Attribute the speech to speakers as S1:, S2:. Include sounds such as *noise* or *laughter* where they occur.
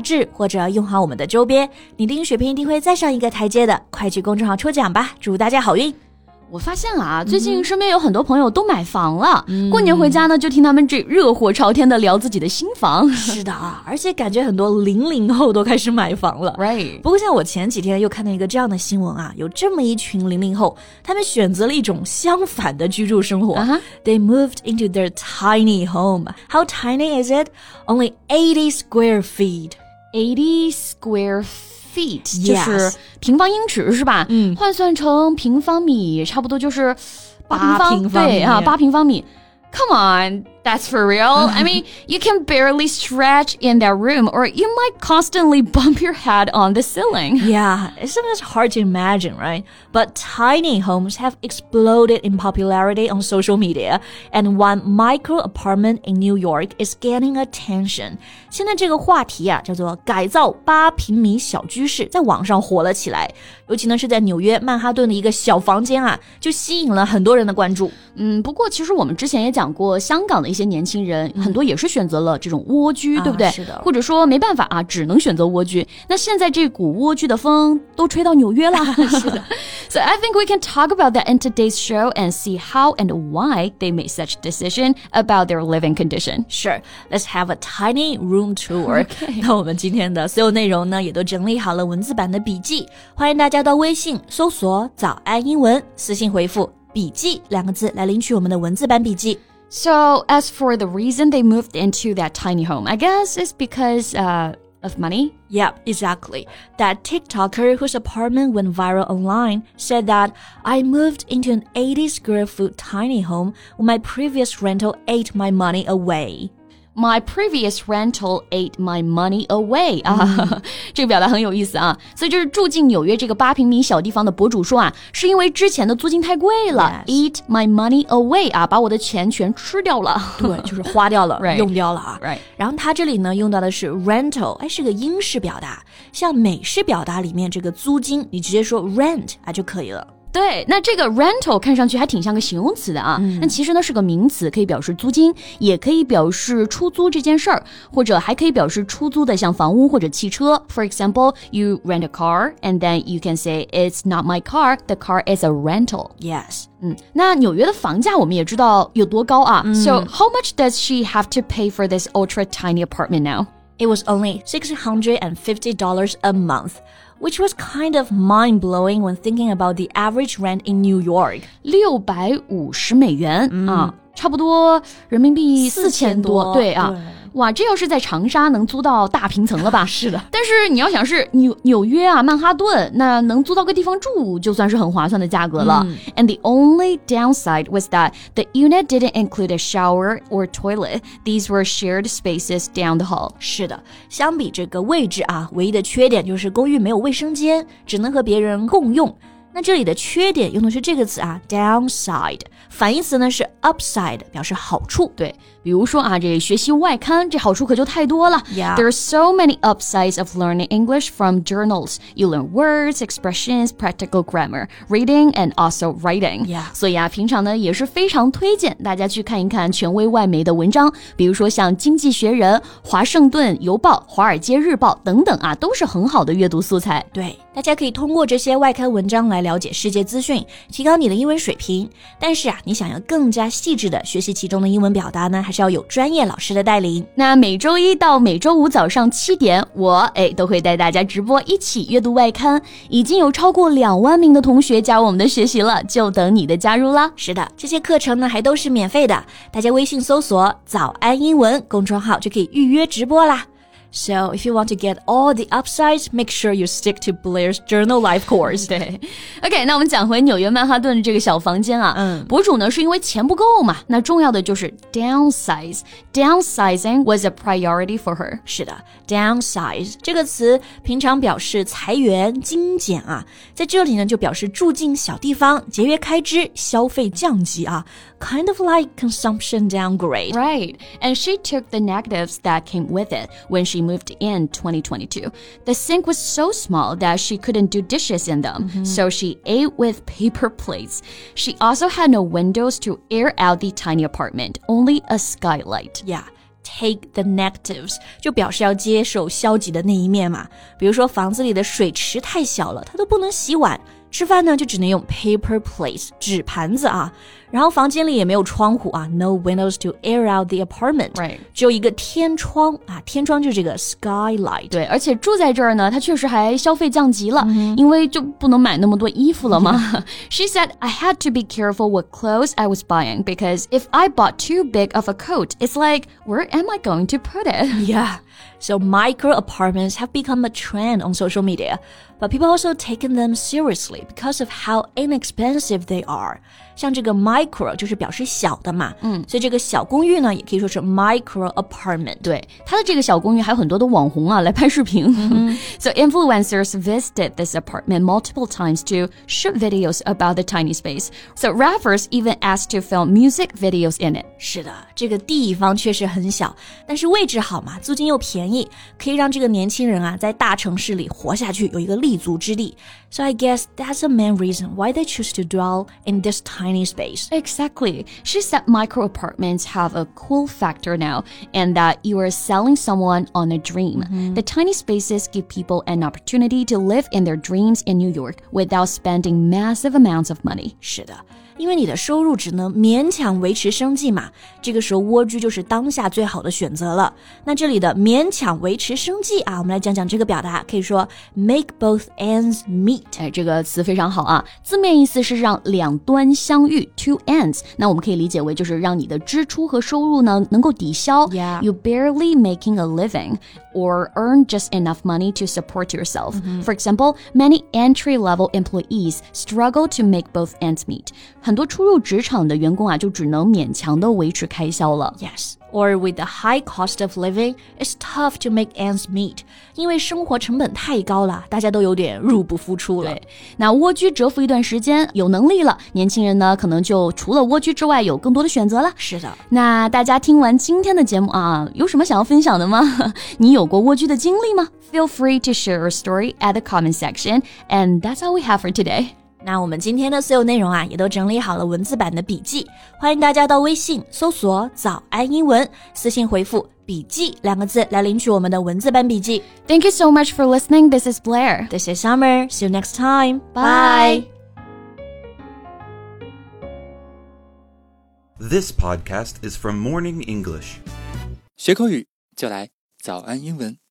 S1: 志，或者用好我们的周边，你的英语水平一定会再上一个台阶的。快去公众号抽奖吧，祝大家好运！
S2: 我发现啊，最近身边有很多朋友都买房了，过年回家呢，就听他们这热火朝天的聊自己的新房。
S1: 是的啊，而且感觉很多零零后都开始买房了。
S2: Right.
S1: 不过，像我前几天又看到一个这样的新闻啊，有这么一群零零后，他们选择了一种相反的居住生活。
S2: 啊哈
S1: They moved into their tiny home. How tiny is it? Only eighty square feet.
S2: Eighty square feet，、
S1: Yes
S2: 就是平方英尺是吧？
S1: 嗯
S2: 换算成平方米，差不多就是
S1: 八
S2: 平方，
S1: 平方米
S2: 对啊，八平方米。Come on, that's for
S1: *laughs*
S2: real. I mean, you can barely stretch in that room, or you might constantly bump your head on the ceiling.
S1: *laughs* Yeah, it's sometimes hard to imagine, right? But tiny homes have exploded in popularity on social media, and one micro apartment in New York is gaining attention. 现在这个话题啊，叫做改造八平米小居室，在网上火了起来。尤其呢是在纽约曼哈顿的一个小房间啊，就吸引了很多人的关注。
S2: 嗯，不过其实我们之前也讲过，香港的一些年轻人、很多也是选择了这种蜗居，对不对？
S1: 啊是的
S2: 或者说没办法啊，只能选择蜗居。那现在这股蜗居的风都吹到纽约
S1: *laughs*
S2: 了。是的。So *laughs* I think we can talk about that in today's show and see how and why they made such decision about their living condition.
S1: Sure, let's have a tiny room tour.
S2: Okay.
S1: 那我们今天的所有内容呢，也都整理好了文字版的笔记，欢迎大家到微信搜索“早安英文”，私信回复“笔记”两个字来领取我们的文字版笔记。
S2: So as for the reason they moved into that tiny home, I guess it's because uh, of money.
S1: Yep, exactly. That TikToker whose apartment went viral online said that I moved into an 80 square foot tiny home when my previous rental ate my money away.
S2: My previous rental ate my money away 啊，
S1: 嗯
S2: 这个表达很有意思啊。所以就是住进纽约这个八平米小地方的博主说啊，是因为之前的租金太贵了
S1: Yes.
S2: eat my money away 啊，把我的钱全吃掉了。
S1: 对，就是花掉了
S2: Right.
S1: 用掉了啊。
S2: Right.
S1: 然后它这里呢用到的是 rental，哎，是个英式表达，像美式表达里面这个租金，你直接说 rent 啊就可以了。
S2: *laughs* 对，那这个 rental 看上去还挺像个形容词的啊，
S1: 嗯
S2: 那、其实呢是个名词，可以表示租金，也可以表示出租这件事儿，或者还可以表示出租的，像房屋或者汽车。For example, you rent a car, and then you can say it's not my car. The car is a rental.
S1: Yes，
S2: 嗯，那纽约的房价我们也知道有多高啊。So how much does she have to pay for this ultra tiny apartment now?
S1: It was only $650 a month, which was kind of mind blowing when thinking about the average rent in New York.
S2: 六百五十美元、啊，差不多人民币四千多。
S1: 4000多
S2: 对啊，
S1: 对
S2: 哇，这要是在长沙能租到大平层了吧？
S1: 是的。
S2: 但 *laughs* 是你要想是纽纽约啊，曼哈顿，那能租到个地方住，就算是很划算的价格了。And the only downside was that the unit didn't include a shower or toilet. These were shared spaces down the hall.
S1: 是的，相比这个位置啊，唯一的缺点就是公寓没有卫生间，只能和别人共用。那这里的缺点用的是这个词啊，downside，反义词呢是 upside，表示好处。
S2: 对，比如说啊，这学习外刊，这好处可就太多了。
S1: Yeah.
S2: There are so many upsides of learning English from journals. You learn words, expressions, practical grammar, reading, and also writing.
S1: Yeah.
S2: 所以啊，平常呢也是非常推荐大家去看一看权威外媒的文章，比如说像《经济学人》《华盛顿邮报》《华尔街日报》等等啊，都是很好的阅读素材。
S1: 对，大家可以通过这些外刊文章来了解世界资讯，提高你的英文水平。但是啊，你想要更加细致的学习其中的英文表达呢，还是要有专业老师的带领。
S2: 那每周一到每周五早上七点，我哎都会带大家直播一起阅读外刊，已经有超过两万名的同学加入我们的学习了，就等你的加入啦！
S1: 是的，这些课程呢还都是免费的，大家微信搜索“早安英文”公众号就可以预约直播啦。 So if you want to get all the upsides, make sure you stick to Blair's journal life course.
S2: 对，OK，那我们讲回纽约曼哈顿这个小房间啊，
S1: 嗯
S2: 博主呢是因为钱不够嘛，那重要的就是 downsize。Downsizing was a priority for her。
S1: 是的，downsize 这个词平常表示裁员、精简啊，在这里呢就表示住进小地方、节约开支、消费降级啊，kind of like consumption downgrade。
S2: Right, and she took the negatives that came with it when she moved in 2022. The sink was so small that she couldn't do dishes in them, so she ate with *laughs* paper plates. She also had no windows to air out the tiny apartment, only a skylight.
S1: Yeah. Take the negatives 就表示要接受消极的那一面嘛，比如说房子里的水池太小了，它都不能洗碗，吃饭呢就只能用 paper plates 纸盘子啊，然后房间里也没有窗户啊，no windows to air out the apartment，、
S2: Right.
S1: 只有一个天窗啊，天窗就是这个 skylight，
S2: 对，而且住在这儿呢，她确实还消费降级了，因为就不能买那么多衣服了嘛。She *laughs* said, "I had to be careful what clothes I was buying because if I bought too big of a coat, it's like, where am I going to put it?"
S1: Yeah. So micro apartments have become a trend on social media, but people also taken them seriously because of how inexpensive they are. 像这个 micro 就是表示小的嘛，嗯，所以这个小公寓呢，也可以说是 micro apartment。
S2: 对，他的这个小公寓还有很多的网红啊来拍视频。so influencers visited this apartment multiple times to shoot videos about the tiny space. So rappers even asked to film music videos in it.
S1: 是的，这个地方确实很小，但是位置好嘛，租金又便宜，可以让这个年轻人啊在大城市里活下去，有一个立足之地。So I guess that's a main reason why they choose to dwell in this tiny space.
S2: Exactly. She said micro apartments have a cool factor now, and that you are selling someone on a dream. The tiny spaces give people an opportunity to live in their dreams in New York without spending massive amounts of money.
S1: 是的，因为你的收入只能勉强维持生计嘛，这个时候蜗居就是当下最好的选择了。那这里的勉强维持生计啊，我们来讲讲这个表达，可以说 make both ends meet。
S2: 哎，这个词非常好啊，字面意思是让两端相遇，two ends。那我们可以理解为就是让你的支出和收入呢能够抵消。
S1: Yeah.
S2: You barely making a living or earn just enough money to support yourself. For example, many entry-level employees struggle to make both ends meet. 很多初入职场的员工啊，就只能勉强的维持开销了。
S1: Yes, or with the high cost of living, it's tough to make ends meet. 因为生活成本太高了，大家都有点入不敷出了
S2: 对。， *laughs* 那蜗居蛰伏一段时间，有能力了，年轻人呢可能就除了蜗居之外，有更多的选择了。
S1: 是的。
S2: 那大家听完今天的节目啊，有什么想要分享的吗？ *laughs* 你有过蜗居的经历吗？Feel free to share your story at the comment section, and that's all we have for today.
S1: 那我们今天的所有内容啊，也都整理好了文字版的笔记，欢迎大家到微信搜索“早安英文”，私信回复“笔记”两个字来领取我们的文字版笔记。
S2: Thank you so much for listening. This is Blair.
S1: This is Summer，see you next time，
S2: Bye.
S3: This podcast is from Morning English.
S4: 学口语就来早安英文。